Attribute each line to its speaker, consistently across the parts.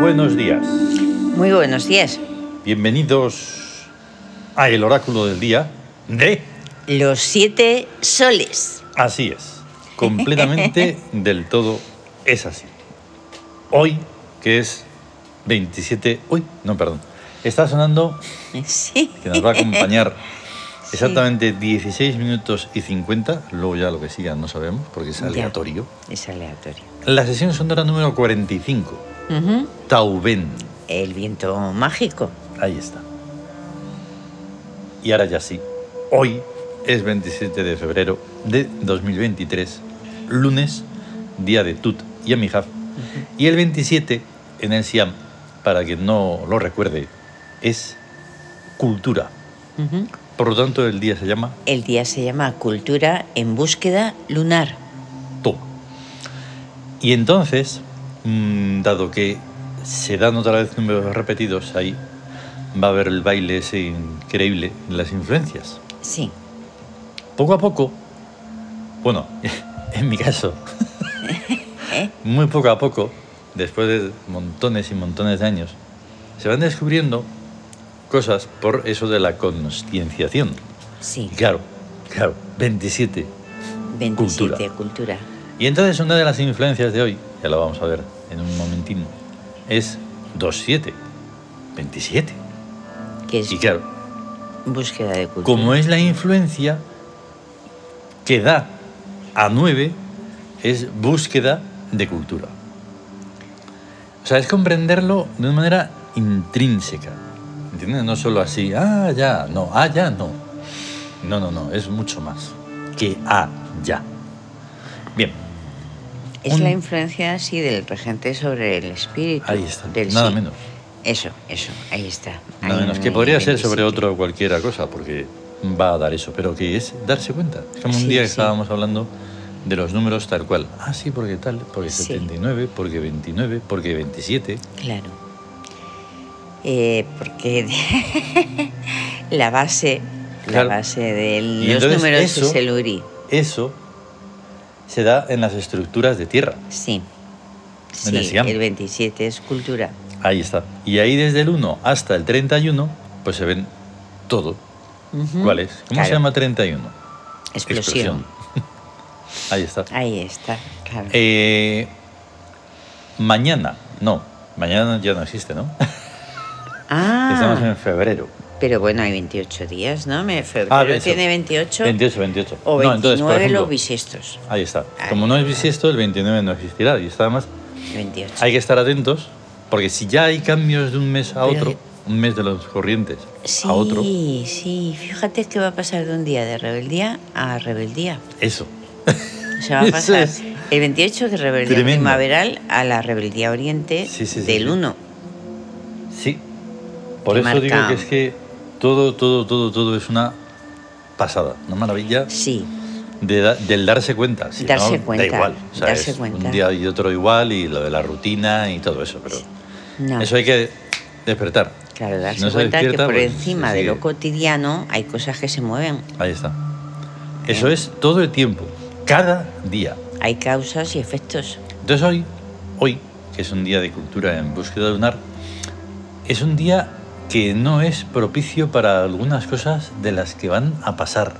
Speaker 1: buenos días.
Speaker 2: Muy buenos días.
Speaker 1: Bienvenidos a el oráculo del día de...
Speaker 2: Los siete soles.
Speaker 1: Así es. Completamente del todo es así. Hoy, que es 27... Uy, no, perdón. Está sonando
Speaker 2: Sí.
Speaker 1: que nos va a acompañar exactamente 16 minutos y 50. Luego ya lo que siga no sabemos porque es
Speaker 2: Ya.
Speaker 1: aleatorio.
Speaker 2: Es aleatorio.
Speaker 1: La sesión sonora número 45.
Speaker 2: Ujú.
Speaker 1: Tauben.
Speaker 2: El viento mágico.
Speaker 1: Ahí está. Y ahora ya sí. Hoy es 27 de febrero de 2023, lunes, día de Tut y Amijaf. Y el 27 en el Siam, para que no lo recuerde, es cultura.
Speaker 2: Ujú.
Speaker 1: Por lo tanto, el día se llama
Speaker 2: El día se llama Cultura en búsqueda lunar.
Speaker 1: Tom. Y entonces, mm, dado que se dan otra vez números repetidos ahí, va a haber el baile ese increíble de las influencias.
Speaker 2: Sí.
Speaker 1: Poco a poco, bueno, en mi caso, muy poco a poco, después de montones y montones de años, se van descubriendo cosas por eso de la conscienciación.
Speaker 2: Sí.
Speaker 1: Y claro, claro, 27
Speaker 2: 27 cultura.
Speaker 1: Y entonces una de las influencias de hoy, ya la vamos a ver en un momentino, es 27. 27.
Speaker 2: Que es
Speaker 1: Y claro,
Speaker 2: búsqueda de cultura.
Speaker 1: como es la influencia que da a 9, es búsqueda de cultura. O sea, es comprenderlo de una manera intrínseca. ¿Entiendes? No solo así, ah, ya, no, ah, ya, no. No, no, no, es mucho más que ah, ya. Bien,
Speaker 2: Es
Speaker 1: un-
Speaker 2: la influencia, sí, del regente sobre el espíritu.
Speaker 1: ahí está,
Speaker 2: del
Speaker 1: nada
Speaker 2: sí.
Speaker 1: menos.
Speaker 2: Eso, eso, ahí está.
Speaker 1: Nada
Speaker 2: Ahí
Speaker 1: menos
Speaker 2: en
Speaker 1: que
Speaker 2: el
Speaker 1: podría ser sobre
Speaker 2: 27.
Speaker 1: otro cualquiera cosa, porque va a dar eso, pero que es darse cuenta. Es como un
Speaker 2: Sí,
Speaker 1: día que
Speaker 2: sí.
Speaker 1: estábamos hablando de los números tal cual. Ah, sí, porque tal, porque
Speaker 2: Sí.
Speaker 1: 79, porque 29, porque 27.
Speaker 2: Claro. Eh, porque la base,
Speaker 1: Claro.
Speaker 2: la base de
Speaker 1: Y
Speaker 2: los
Speaker 1: entonces
Speaker 2: números
Speaker 1: eso-
Speaker 2: es el URI.
Speaker 1: Eso se da en las estructuras de tierra.
Speaker 2: Sí.
Speaker 1: En el
Speaker 2: Sí,
Speaker 1: Siam.
Speaker 2: el 27 es cultura.
Speaker 1: Ahí está. Y ahí desde el 1 hasta el 31, pues se ven todo.
Speaker 2: Ujú.
Speaker 1: ¿Cuál es? ¿Cómo se
Speaker 2: Claro.
Speaker 1: llama 31?
Speaker 2: Explosión.
Speaker 1: ahí está.
Speaker 2: Ahí está, claro.
Speaker 1: Eh, mañana, no, mañana ya no existe, ¿no? Estamos
Speaker 2: ah,
Speaker 1: en febrero.
Speaker 2: pero bueno, hay 28 días, ¿no? Me- Febrero
Speaker 1: Ah, eso.
Speaker 2: tiene 28,
Speaker 1: 28, 28.
Speaker 2: o
Speaker 1: No,
Speaker 2: 29
Speaker 1: entonces, por ejemplo,
Speaker 2: los bisiestos.
Speaker 1: Ahí está.
Speaker 2: Ahí
Speaker 1: Como no es
Speaker 2: está.
Speaker 1: bisiesto, el 29 no existirá. Y está además,
Speaker 2: 28.
Speaker 1: hay que estar atentos, porque si ya hay cambios de un mes a
Speaker 2: Pero-
Speaker 1: otro, un mes de los corrientes
Speaker 2: sí,
Speaker 1: a otro,
Speaker 2: sí, fíjate que va a pasar de un día de rebeldía a rebeldía.
Speaker 1: eso.
Speaker 2: Se va a
Speaker 1: Eso
Speaker 2: pasar
Speaker 1: es
Speaker 2: el 28 que es rebeldía
Speaker 1: tremendo.
Speaker 2: primaveral a la rebeldía oriente
Speaker 1: Sí, sí, sí, sí.
Speaker 2: del 1.
Speaker 1: Sí. Por
Speaker 2: Te
Speaker 1: eso digo
Speaker 2: marca.
Speaker 1: que es que todo, todo, todo, todo es una pasada, una maravilla
Speaker 2: Sí,
Speaker 1: de da- del darse cuenta. Si
Speaker 2: Darse
Speaker 1: no,
Speaker 2: cuenta,
Speaker 1: Da igual. O sea,
Speaker 2: darse
Speaker 1: es
Speaker 2: cuenta.
Speaker 1: Un día y otro igual, y lo de la rutina y todo eso. Pero
Speaker 2: no.
Speaker 1: eso hay que despertar.
Speaker 2: Ah. claro,
Speaker 1: Si
Speaker 2: darse
Speaker 1: no se
Speaker 2: cuenta que
Speaker 1: despierta,
Speaker 2: por
Speaker 1: pues,
Speaker 2: encima
Speaker 1: se
Speaker 2: de lo
Speaker 1: sigue.
Speaker 2: cotidiano hay cosas que se mueven.
Speaker 1: Ahí está. Eso es todo el tiempo, cada día.
Speaker 2: Hay causas y efectos.
Speaker 1: Entonces hoy, hoy, que es un día de cultura en búsqueda lunar, es un día que no es propicio para algunas cosas de las que van a pasar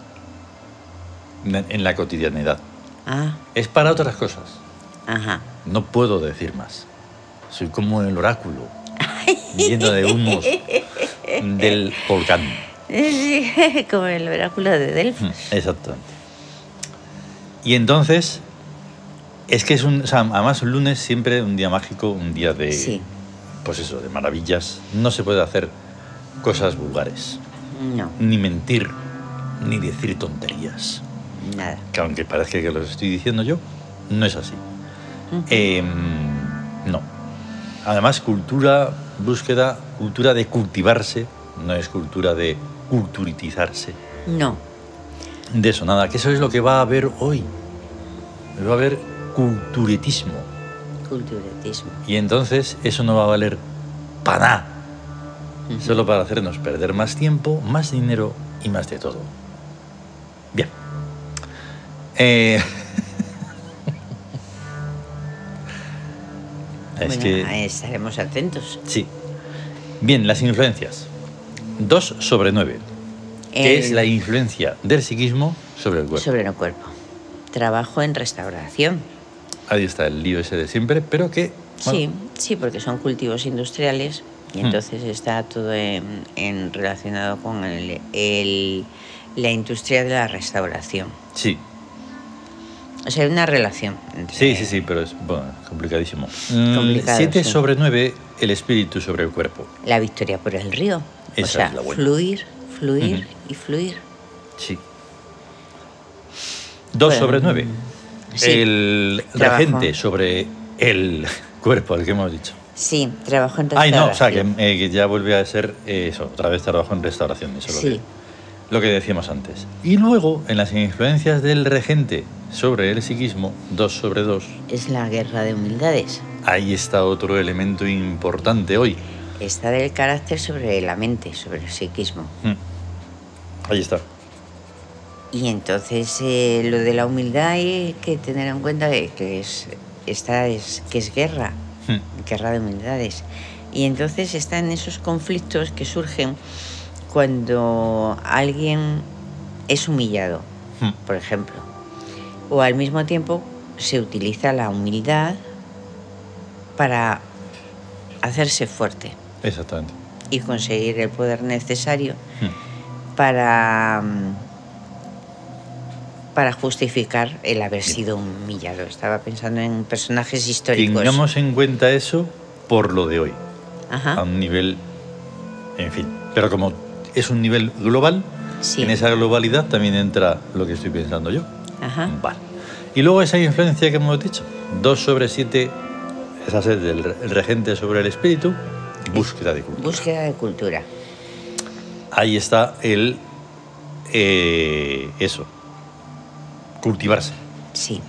Speaker 1: en en la cotidianidad.
Speaker 2: Ah,
Speaker 1: Es para otras cosas.
Speaker 2: ajá.
Speaker 1: No puedo decir más. Soy como el oráculo, lleno de humos del volcán.
Speaker 2: Sí, Como el oráculo de Delfos.
Speaker 1: Mm, Exactamente. Y entonces, es que es un. o sea, además, un lunes siempre un día mágico, un día de.
Speaker 2: Sí.
Speaker 1: Pues eso, de maravillas. No se puede hacer cosas vulgares,
Speaker 2: No,
Speaker 1: ni mentir, ni decir tonterías.
Speaker 2: nada.
Speaker 1: Que aunque parezca que los estoy diciendo yo, no es así. Em, no. Además, cultura, búsqueda, cultura de cultivarse, no es cultura de culturitizarse.
Speaker 2: No,
Speaker 1: De eso, nada, que eso es lo que va a haber hoy. Va a haber culturetismo.
Speaker 2: culturetismo.
Speaker 1: Y entonces eso no va a valer para nada. Solo para hacernos perder más tiempo, más dinero y más de todo. Bien. Eh, Es
Speaker 2: bueno,
Speaker 1: que-
Speaker 2: ahí estaremos atentos.
Speaker 1: Sí. Bien, las influencias. 2 sobre 9, que
Speaker 2: El-
Speaker 1: es la influencia del psiquismo sobre el cuerpo.
Speaker 2: Sobre el cuerpo. Trabajo en restauración.
Speaker 1: Ahí está el lío ese de siempre, pero que... bueno,
Speaker 2: Sí, sí, porque son cultivos industriales y
Speaker 1: Hmm.
Speaker 2: entonces está todo en, en relacionado con el- el- la industria de la restauración.
Speaker 1: Sí,
Speaker 2: O sea, hay una relación. entre-
Speaker 1: sí, sí, sí, pero es bueno, complicadísimo.
Speaker 2: Complicado,
Speaker 1: 7
Speaker 2: sí.
Speaker 1: sobre 9, el espíritu sobre el cuerpo.
Speaker 2: La victoria por el río. o
Speaker 1: Esa
Speaker 2: sea,
Speaker 1: es la buena.
Speaker 2: fluir, fluir
Speaker 1: Ujú.
Speaker 2: y fluir.
Speaker 1: Sí. 2
Speaker 2: Bueno,
Speaker 1: sobre 9,
Speaker 2: sí.
Speaker 1: el
Speaker 2: Trabajo.
Speaker 1: regente sobre el cuerpo, el que hemos dicho.
Speaker 2: Sí, trabajo en
Speaker 1: Ay,
Speaker 2: restauración.
Speaker 1: no, o sea, que, eh, que ya vuelve a ser eh, eso, otra vez trabajo en restauración, eso es lo,
Speaker 2: Sí.
Speaker 1: que, lo que decíamos antes. Y luego, en las influencias del regente sobre el psiquismo, 2 sobre 2,
Speaker 2: Es la guerra de humildades.
Speaker 1: ahí está otro elemento importante hoy.
Speaker 2: Está del carácter sobre la mente, sobre el psiquismo.
Speaker 1: Mm. Ahí está.
Speaker 2: Y entonces eh, lo de la humildad hay que tener en cuenta de que es, esta es, que es guerra,
Speaker 1: Mm.
Speaker 2: guerra de humildades. Y entonces están esos conflictos que surgen cuando alguien es humillado,
Speaker 1: Mm.
Speaker 2: por ejemplo. O al mismo tiempo se utiliza la humildad para hacerse fuerte
Speaker 1: Exactamente.
Speaker 2: y conseguir el poder necesario
Speaker 1: Mm.
Speaker 2: para mm, para justificar el haber sido humillado. Estaba pensando en personajes históricos.
Speaker 1: Tengamos en cuenta eso por lo de hoy, a
Speaker 2: Ajá.
Speaker 1: un nivel, en fin. Pero como es un nivel global,
Speaker 2: Sí.
Speaker 1: en esa globalidad también entra lo que estoy pensando yo.
Speaker 2: Ajá.
Speaker 1: Vale. Y luego esa influencia que hemos dicho, 2 sobre 7, esa es del re- el regente sobre el espíritu, búsqueda de cultura.
Speaker 2: Búsqueda de cultura.
Speaker 1: Ahí está el... eh, eso, cultivarse,
Speaker 2: Sí.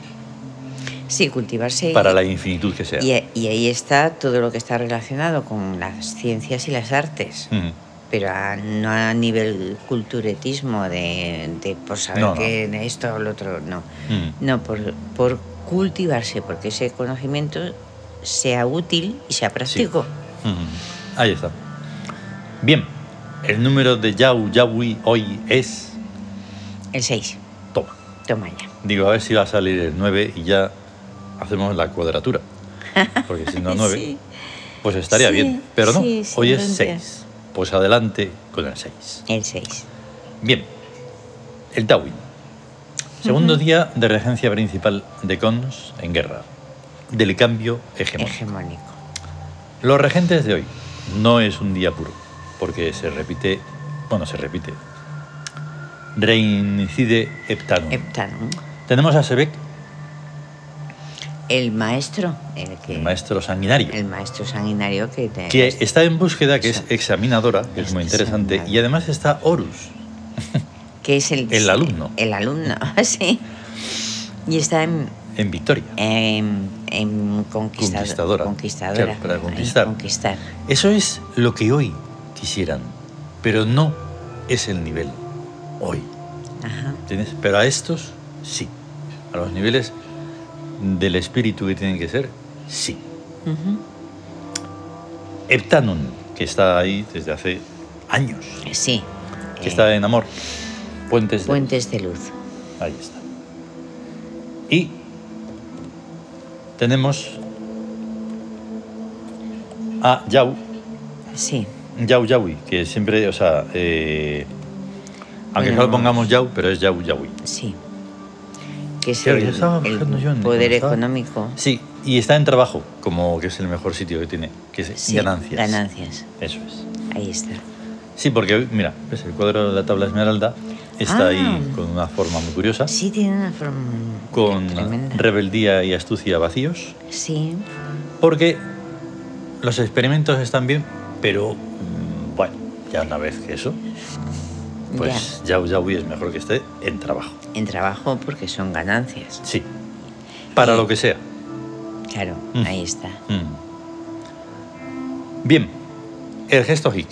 Speaker 2: Sí, cultivarse. y-
Speaker 1: para la infinitud que sea.
Speaker 2: y, y ahí está todo lo que está relacionado con las ciencias y las artes.
Speaker 1: Ujú.
Speaker 2: Pero a- no a nivel culturetismo de, de por saber
Speaker 1: No, no.
Speaker 2: que esto o lo otro, no.
Speaker 1: Ujú.
Speaker 2: No, por, por cultivarse, porque ese conocimiento sea útil y sea práctico.
Speaker 1: Ujú. Ahí está. Bien, el número de Yau, Yahui hoy es...
Speaker 2: El 6,
Speaker 1: Toma.
Speaker 2: toma ya.
Speaker 1: Digo, a ver si va a salir el 9 y ya hacemos la cuadratura. Porque si no, 9...
Speaker 2: Sí,
Speaker 1: Pues estaría
Speaker 2: Sí,
Speaker 1: bien, pero no,
Speaker 2: sí, sí,
Speaker 1: hoy es
Speaker 2: buen
Speaker 1: 6. Pues adelante con el 6.
Speaker 2: el 6.
Speaker 1: Bien, el Tawin. Segundo día de regencia principal de Cons en guerra, del cambio hegemónico.
Speaker 2: Hegemónico.
Speaker 1: Los regentes de hoy no es un día puro, porque se repite, bueno, se repite. Reincide Heptanum.
Speaker 2: Heptanum.
Speaker 1: Tenemos a Sebek,
Speaker 2: El maestro, el que.
Speaker 1: el maestro sanguinario.
Speaker 2: el maestro sanguinario que te.
Speaker 1: que está en búsqueda, que es
Speaker 2: Exacto.
Speaker 1: examinadora, que es muy interesante,
Speaker 2: Examinadora.
Speaker 1: y además está Horus,
Speaker 2: que es el.
Speaker 1: el alumno.
Speaker 2: El alumno, sí. Y está en.
Speaker 1: en Victoria.
Speaker 2: en, en conquistado-
Speaker 1: Conquistadora.
Speaker 2: Conquistadora.
Speaker 1: Claro, para
Speaker 2: Ahí,
Speaker 1: conquistar.
Speaker 2: conquistar.
Speaker 1: Eso es lo que hoy quisieran, pero no es el nivel hoy.
Speaker 2: Ajá.
Speaker 1: ¿entiendes? Pero a estos sí. A los niveles del espíritu que tienen que ser, sí.
Speaker 2: Ujú.
Speaker 1: Heptanum, que está ahí desde hace años,
Speaker 2: Sí.
Speaker 1: que
Speaker 2: eh,
Speaker 1: está en amor. Puentes de
Speaker 2: Puentes de luz.
Speaker 1: Ahí está. Y tenemos a Yau,
Speaker 2: Sí.
Speaker 1: Yau Yaui, que siempre, o sea, eh, aunque no lo
Speaker 2: Ponemos-
Speaker 1: pongamos Yau, pero es Yau Yaui.
Speaker 2: Sí. Que es
Speaker 1: Claro,
Speaker 2: el,
Speaker 1: yo estaba
Speaker 2: el
Speaker 1: pensando yo en-
Speaker 2: poder
Speaker 1: cuando estaba-
Speaker 2: económico.
Speaker 1: Sí, y está en trabajo, como que es el mejor sitio que tiene, que es
Speaker 2: Sí,
Speaker 1: ganancias.
Speaker 2: Ganancias.
Speaker 1: Eso es.
Speaker 2: Ahí está.
Speaker 1: Sí, porque, hoy, mira, ves el cuadro de la tabla esmeralda, está
Speaker 2: Ah.
Speaker 1: ahí con una forma muy curiosa,
Speaker 2: Sí, tiene una forma
Speaker 1: con
Speaker 2: tremenda.
Speaker 1: rebeldía y astucia vacíos,
Speaker 2: Sí,
Speaker 1: porque los experimentos están bien, pero, mm, bueno, ya una vez que eso, pues Yau Yaui es mejor que esté en trabajo.
Speaker 2: en trabajo porque son ganancias.
Speaker 1: Sí, para lo que sea.
Speaker 2: Claro,
Speaker 1: Mm.
Speaker 2: ahí está.
Speaker 1: Mm. Bien, el gesto hic.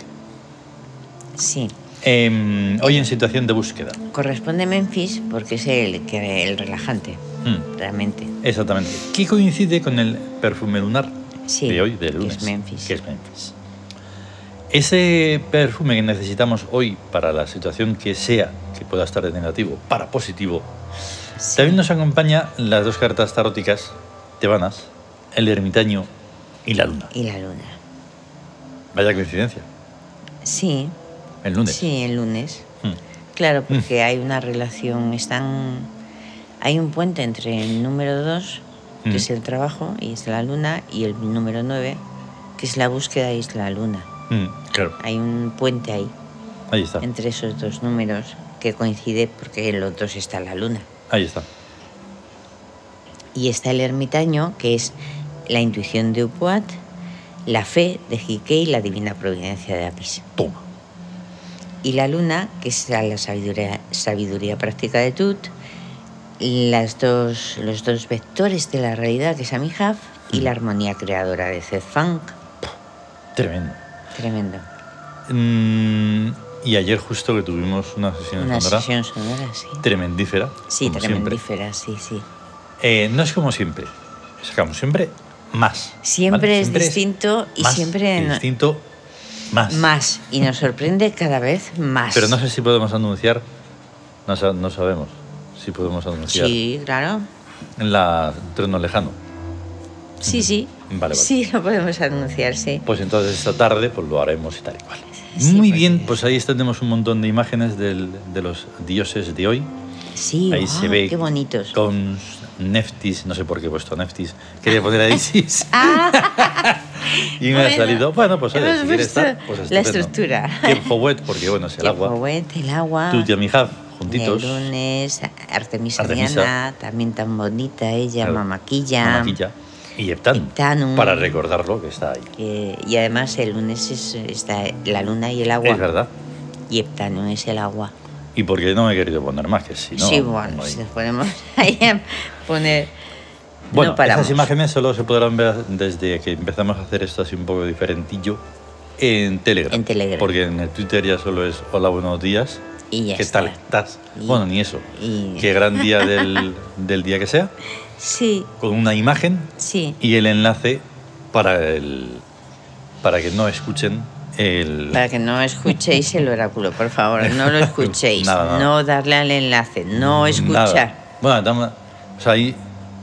Speaker 2: Sí.
Speaker 1: Em, hoy en situación de búsqueda.
Speaker 2: Corresponde Memphis porque es el, que, el relajante,
Speaker 1: Mm,
Speaker 2: realmente.
Speaker 1: Exactamente. ¿Qué coincide con el perfume lunar?
Speaker 2: Sí,
Speaker 1: de hoy, de
Speaker 2: que
Speaker 1: lunes.
Speaker 2: es Memphis.
Speaker 1: que es Memphis. Ese perfume que necesitamos hoy para la situación que sea, que pueda estar de negativo para positivo,
Speaker 2: Sí.
Speaker 1: también nos acompaña las dos cartas taróticas tebanas, el ermitaño y la luna.
Speaker 2: Y la luna.
Speaker 1: Vaya coincidencia,
Speaker 2: Sí,
Speaker 1: el lunes.
Speaker 2: sí, el lunes.
Speaker 1: Mm.
Speaker 2: Claro, porque hay una relación, están, hay un puente entre el número 2, que
Speaker 1: Mm.
Speaker 2: es el trabajo, y es la luna, y el número 9, que es la búsqueda y es la luna.
Speaker 1: Mm, claro,
Speaker 2: Hay un puente ahí,
Speaker 1: ahí está,
Speaker 2: entre esos dos números, que coincide porque en los dos está la luna.
Speaker 1: ahí está.
Speaker 2: Y está el ermitaño, que es la intuición de Upuat, la fe de Jique y la divina providencia de Apis.
Speaker 1: Toma.
Speaker 2: y la luna, que es la la sabiduría, sabiduría práctica de Tut, las dos, los dos vectores de la realidad, que es Amihaf, y la armonía creadora de Zed Funk.
Speaker 1: Tremendo.
Speaker 2: Tremendo.
Speaker 1: Mm, y ayer justo que tuvimos una sesión en
Speaker 2: Una
Speaker 1: Sonora,
Speaker 2: sesión sonora, sí.
Speaker 1: tremendífera.
Speaker 2: Sí,
Speaker 1: como siempre.
Speaker 2: tremendífera, sí, sí.
Speaker 1: Eh, no es como siempre. Sacamos siempre más. ¿vale?
Speaker 2: Siempre es distinto y
Speaker 1: más
Speaker 2: siempre no-
Speaker 1: distinto más.
Speaker 2: Más, y nos sorprende cada vez más.
Speaker 1: Pero no sé si podemos anunciar. No, sa- no sabemos si podemos anunciar
Speaker 2: Sí, claro.
Speaker 1: la trono lejano.
Speaker 2: Sí, sí.
Speaker 1: Vale, vale.
Speaker 2: Sí, lo podemos anunciar, sí.
Speaker 1: Pues entonces esta tarde pues lo haremos y tal y cual.
Speaker 2: Sí,
Speaker 1: Muy
Speaker 2: porque-
Speaker 1: bien, pues ahí está, tenemos un montón de imágenes del- de los dioses de hoy.
Speaker 2: Sí,
Speaker 1: Ahí
Speaker 2: guau,
Speaker 1: se ve
Speaker 2: qué bonitos.
Speaker 1: con Neftis, no sé por qué he puesto Neftis, quería poner a Isis. y me ha
Speaker 2: Ah. Bueno,
Speaker 1: salido, bueno, pues oye,
Speaker 2: hemos
Speaker 1: si quieres
Speaker 2: visto
Speaker 1: estar, pues
Speaker 2: la
Speaker 1: estupendo.
Speaker 2: estructura.
Speaker 1: Tiempohuet, porque bueno, es el agua.
Speaker 2: Yehovet, el agua.
Speaker 1: Tú y Amihab, juntitos.
Speaker 2: El lunes, Artemisa,
Speaker 1: Artemisa.
Speaker 2: Diana, también tan bonita ella,
Speaker 1: Claro,
Speaker 2: Mamaquilla.
Speaker 1: Mamaquilla Y Eptan,
Speaker 2: Heptanum.
Speaker 1: para recordarlo que está ahí.
Speaker 2: que- y además el lunes es- está la luna y el agua.
Speaker 1: Es verdad.
Speaker 2: Y Heptano es el agua.
Speaker 1: Y porque no me he querido poner más, que si no...
Speaker 2: sí, bueno,
Speaker 1: no hay-
Speaker 2: si nos ponemos ahí a poner.
Speaker 1: Bueno,
Speaker 2: no paramos.
Speaker 1: esas imágenes solo se podrán ver desde que empezamos a hacer esto así un poco diferentillo en Telegram.
Speaker 2: En Telegram.
Speaker 1: Porque en el Twitter ya solo es hola, buenos días.
Speaker 2: Y ya
Speaker 1: ¿Qué
Speaker 2: está.
Speaker 1: tal estás?
Speaker 2: Y-
Speaker 1: Bueno, ni eso.
Speaker 2: y-
Speaker 1: Qué gran día del, del día que sea,
Speaker 2: Sí,
Speaker 1: con una imagen
Speaker 2: sí.
Speaker 1: y el enlace para el para que no escuchen el
Speaker 2: Para que no escuchéis el oráculo, por favor, no lo escuchéis.
Speaker 1: Nada, nada.
Speaker 2: No darle al enlace, no escuchar.
Speaker 1: Mm, Nada. Bueno, tam- o sea, ahí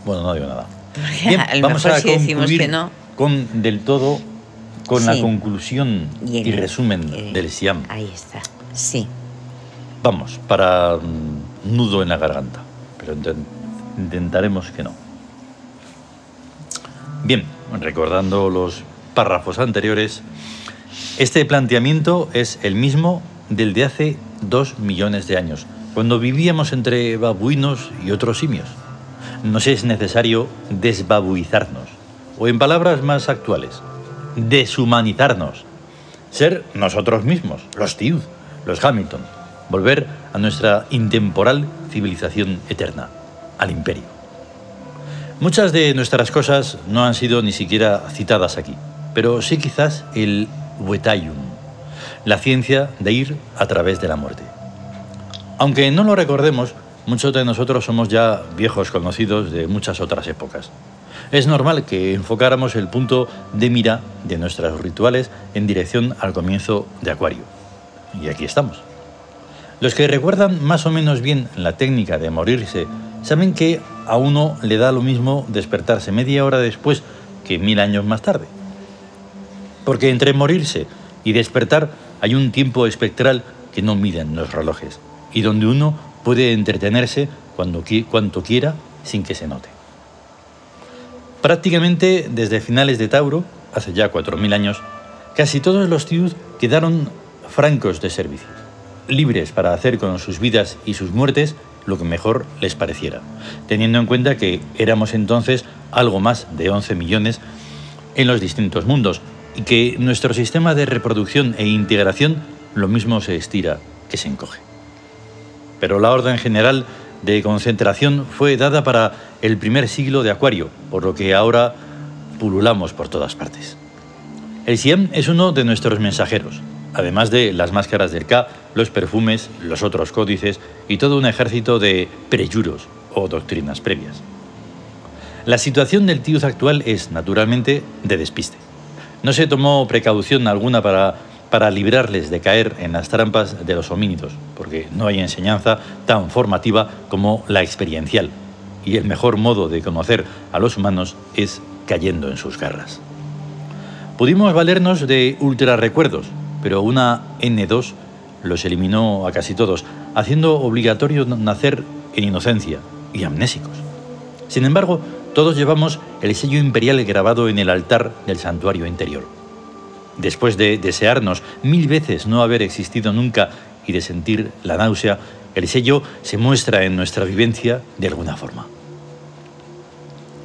Speaker 1: bueno, no digo nada.
Speaker 2: Porque a lo mejor si decimos
Speaker 1: concluir
Speaker 2: que no.
Speaker 1: con del todo con
Speaker 2: Sí.
Speaker 1: la conclusión y,
Speaker 2: el-
Speaker 1: resumen
Speaker 2: eh,
Speaker 1: del Siam.
Speaker 2: Ahí está, sí.
Speaker 1: Vamos, para mm, nudo en la garganta, pero inten- intentaremos que no. Bien, recordando los párrafos anteriores, este planteamiento es el mismo del de hace dos millones de años, cuando vivíamos entre babuinos y otros simios. Nos es necesario desbabuizarnos, o en palabras más actuales, deshumanizarnos ser nosotros mismos, los Tiud, los Hamilton, volver a nuestra intemporal civilización eterna, al imperio. Muchas de nuestras cosas no han sido ni siquiera citadas aquí, pero sí quizás el Wetayum, la ciencia de ir a través de la muerte. Aunque no lo recordemos, muchos de nosotros somos ya viejos conocidos de muchas otras épocas. Es normal que enfocáramos el punto de mira de nuestros rituales en dirección al comienzo de Acuario. Y aquí estamos. Los que recuerdan más o menos bien la técnica de morirse saben que a uno le da lo mismo despertarse media hora después que mil años más tarde. Porque entre morirse y despertar hay un tiempo espectral que no miden los relojes y donde uno puede entretenerse cuando qui- cuanto quiera sin que se note. Prácticamente desde finales de Tauro, hace ya 4.000 años, casi todos los Tiud quedaron francos de servicio, libres para hacer con sus vidas y sus muertes lo que mejor les pareciera, teniendo en cuenta que éramos entonces algo más de 11 millones en los distintos mundos y que nuestro sistema de reproducción e integración lo mismo se estira que se encoge pero la orden general de concentración fue dada para el primer siglo de Acuario, por lo que ahora pululamos por todas partes. El Siam es uno de nuestros mensajeros, además de las máscaras del K, los perfumes, los otros códices y todo un ejército de preyuros o doctrinas previas. La situación del Tiud actual es, naturalmente, de despiste. No se tomó precaución alguna para, para librarles de caer en las trampas de los homínidos, porque no hay enseñanza tan formativa como la experiencial, y el mejor modo de conocer a los humanos es cayendo en sus garras. Pudimos valernos de ultrarrecuerdos, pero una N2 los eliminó a casi todos, haciendo obligatorio nacer en inocencia y amnésicos. Sin embargo, todos llevamos el sello imperial grabado en el altar del santuario interior. Después de desearnos mil veces no haber existido nunca y de sentir la náusea, el sello se muestra en nuestra vivencia de alguna forma.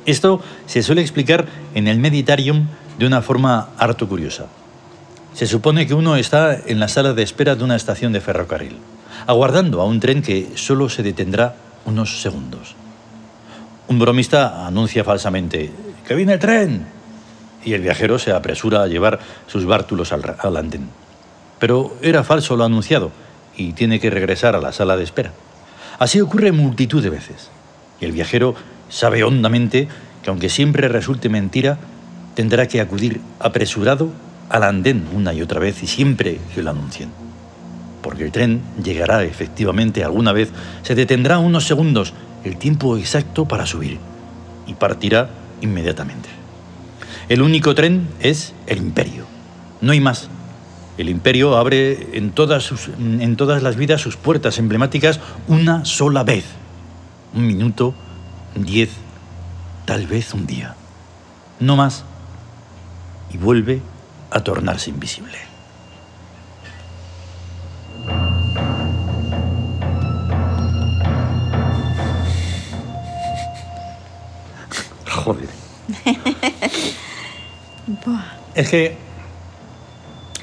Speaker 1: Esto se suele explicar en el Meditarium de una forma harto curiosa. Se supone que uno está en la sala de espera de una estación de ferrocarril, aguardando a un tren que solo se detendrá unos segundos. Un bromista anuncia falsamente, ¡que viene el tren! Y el viajero se apresura a llevar sus bártulos al, al andén. Pero era falso lo anunciado y tiene que regresar a la sala de espera. Así ocurre multitud de veces. Y el viajero sabe hondamente que aunque siempre resulte mentira, tendrá que acudir apresurado al andén una y otra vez y siempre que lo anuncien. Porque el tren llegará efectivamente alguna vez, se detendrá unos segundos, el tiempo exacto para subir, y partirá inmediatamente. El único tren es el imperio. No hay más. El imperio abre en todas, sus, en todas las vidas sus puertas emblemáticas una sola vez. Un minuto, diez, tal vez un día. No más. Y vuelve a tornarse invisible. Joder. es que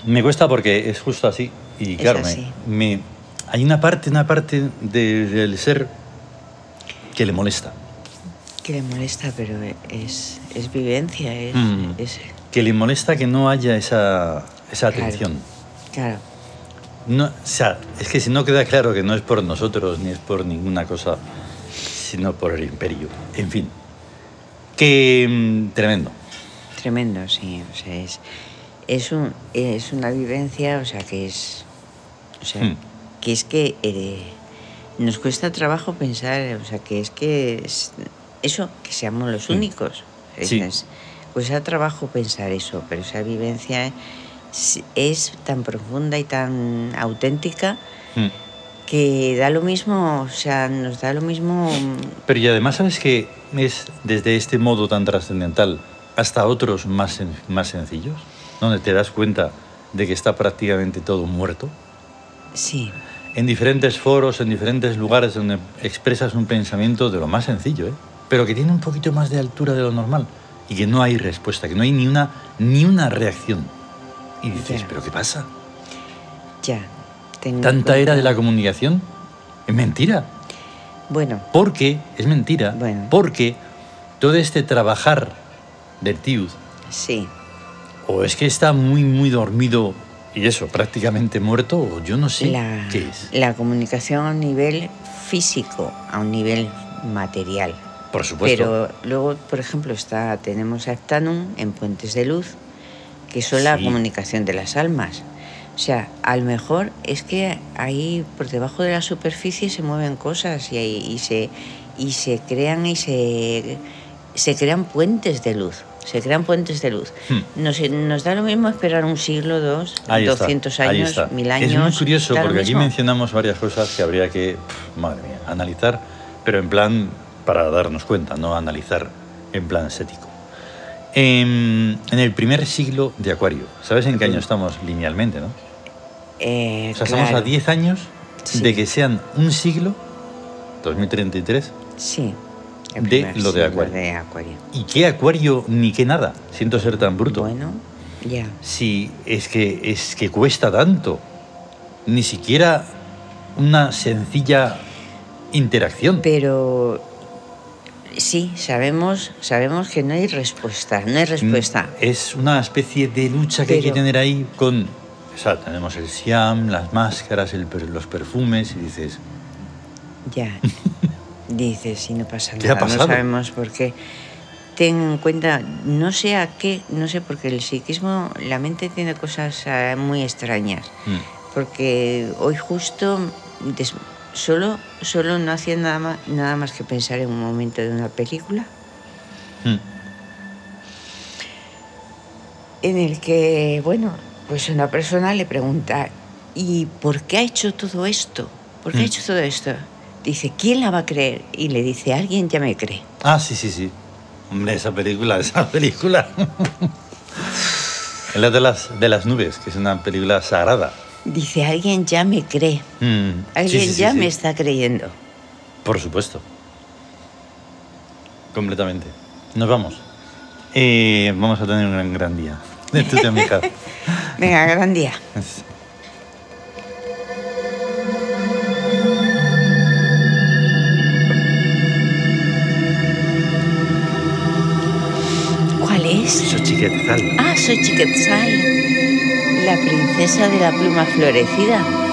Speaker 1: me cuesta porque es justo así. Y claro,
Speaker 2: así.
Speaker 1: me- me- hay una parte, una parte de- del ser que le molesta.
Speaker 2: Que le molesta, pero es, es vivencia, es,
Speaker 1: Mm.
Speaker 2: es-
Speaker 1: Que le molesta que no haya esa, esa
Speaker 2: Claro.
Speaker 1: atención.
Speaker 2: claro,
Speaker 1: No, o sea, es que si no queda claro que no es por nosotros ni es por ninguna cosa, sino por el imperio. En fin, que mm, tremendo.
Speaker 2: tremendo, sí. O sea, es, es, un, es una vivencia, o sea, que es. O sea,
Speaker 1: Mm.
Speaker 2: que es que eh, nos cuesta trabajo pensar, o sea, que es que es- eso, que seamos los
Speaker 1: Sí.
Speaker 2: únicos. Es-
Speaker 1: Mm. Sí.
Speaker 2: es- cuesta trabajo pensar eso, pero esa vivencia es, es tan profunda y tan auténtica
Speaker 1: Mm.
Speaker 2: que da lo mismo, o sea, nos da lo mismo. mm,
Speaker 1: Pero y además sabes que es desde este modo tan trascendental hasta otros más, sen- más sencillos, donde te das cuenta de que está prácticamente todo muerto.
Speaker 2: Sí,
Speaker 1: En diferentes foros, en diferentes lugares donde expresas un pensamiento de lo más sencillo, ¿eh? pero que tiene un poquito más de altura de lo normal y que no hay respuesta, que no hay ni una, ni una reacción. Y dices,
Speaker 2: Ya.
Speaker 1: ¿pero qué pasa?
Speaker 2: ya. Tengo
Speaker 1: ¿Tanta era de la comunicación? Es mentira.
Speaker 2: Bueno,
Speaker 1: Porque, es mentira,
Speaker 2: Bueno.
Speaker 1: porque todo este trabajar del TIUD,
Speaker 2: sí.
Speaker 1: o es que está muy, muy dormido y eso, prácticamente muerto, o yo no sé
Speaker 2: la,
Speaker 1: qué es.
Speaker 2: la comunicación a un nivel físico, a un nivel material.
Speaker 1: Por supuesto.
Speaker 2: Pero luego, por ejemplo, está tenemos Actanum en Puentes de Luz, que son la
Speaker 1: Sí.
Speaker 2: comunicación de las almas. O sea, a lo mejor es que ahí por debajo de la superficie se mueven cosas y, ahí- y se, y se crean y se, se crean puentes de luz. Se crean puentes de luz.
Speaker 1: Hmm.
Speaker 2: Nos, nos da lo mismo esperar un siglo, dos,
Speaker 1: Ahí está,
Speaker 2: 200
Speaker 1: ahí
Speaker 2: años,
Speaker 1: está.
Speaker 2: mil años.
Speaker 1: Es muy curioso
Speaker 2: da lo
Speaker 1: porque aquí
Speaker 2: mismo.
Speaker 1: mencionamos varias cosas que habría que, pf, madre mía, analizar, pero en plan para darnos cuenta, no analizar en plan estético. Em, En, el primer siglo de Acuario, ¿sabes en qué año estamos linealmente, no?
Speaker 2: Eh,
Speaker 1: O sea, estamos
Speaker 2: claro,
Speaker 1: a 10 años
Speaker 2: Sí.
Speaker 1: de que sean un siglo, 2033,
Speaker 2: Sí. el
Speaker 1: de
Speaker 2: primer
Speaker 1: lo de
Speaker 2: siglo
Speaker 1: Acuario.
Speaker 2: de Acuario.
Speaker 1: y qué Acuario ni qué nada, siento ser tan bruto.
Speaker 2: Bueno, ya.
Speaker 1: Si es que, es que cuesta tanto, ni siquiera una sencilla interacción.
Speaker 2: Pero sí, sabemos, sabemos que no hay respuesta, no hay respuesta.
Speaker 1: Mm, Es una especie de lucha que hay que
Speaker 2: Pero-
Speaker 1: tener ahí con... O sea, tenemos el Siam, las máscaras, el per- los perfumes y dices...
Speaker 2: Ya. Dices, y no pasa
Speaker 1: ¿Qué ha
Speaker 2: nada, no
Speaker 1: pasado?
Speaker 2: sabemos por qué. ten en cuenta, no sé a qué, no sé, porque el psiquismo, la mente tiene cosas eh, muy extrañas.
Speaker 1: Mm.
Speaker 2: Porque hoy justo, des- solo, solo no hacía nada más, nada más que pensar en un momento de una película
Speaker 1: Mm.
Speaker 2: en el que, bueno, pues una persona le pregunta, ¿y por qué ha hecho todo esto? ¿Por qué
Speaker 1: Mm.
Speaker 2: ha hecho todo esto? Dice, ¿quién la va a creer? Y le dice, alguien ya me cree.
Speaker 1: Ah, sí, sí, sí. Hombre, esa película, esa película. es la de las, de las nubes, que es una película sagrada.
Speaker 2: Dice, alguien ya me cree.
Speaker 1: Mm, sí,
Speaker 2: Alguien
Speaker 1: sí, sí,
Speaker 2: ya
Speaker 1: sí.
Speaker 2: me está creyendo.
Speaker 1: Por supuesto. Completamente. Nos vamos. Eh, vamos a tener un gran, gran día. Tú te amigas.
Speaker 2: Venga, gran día. ¿Cuál es?
Speaker 1: Eso chiquetal.
Speaker 2: Ah, soy Chiquetzal, la princesa de la pluma florecida.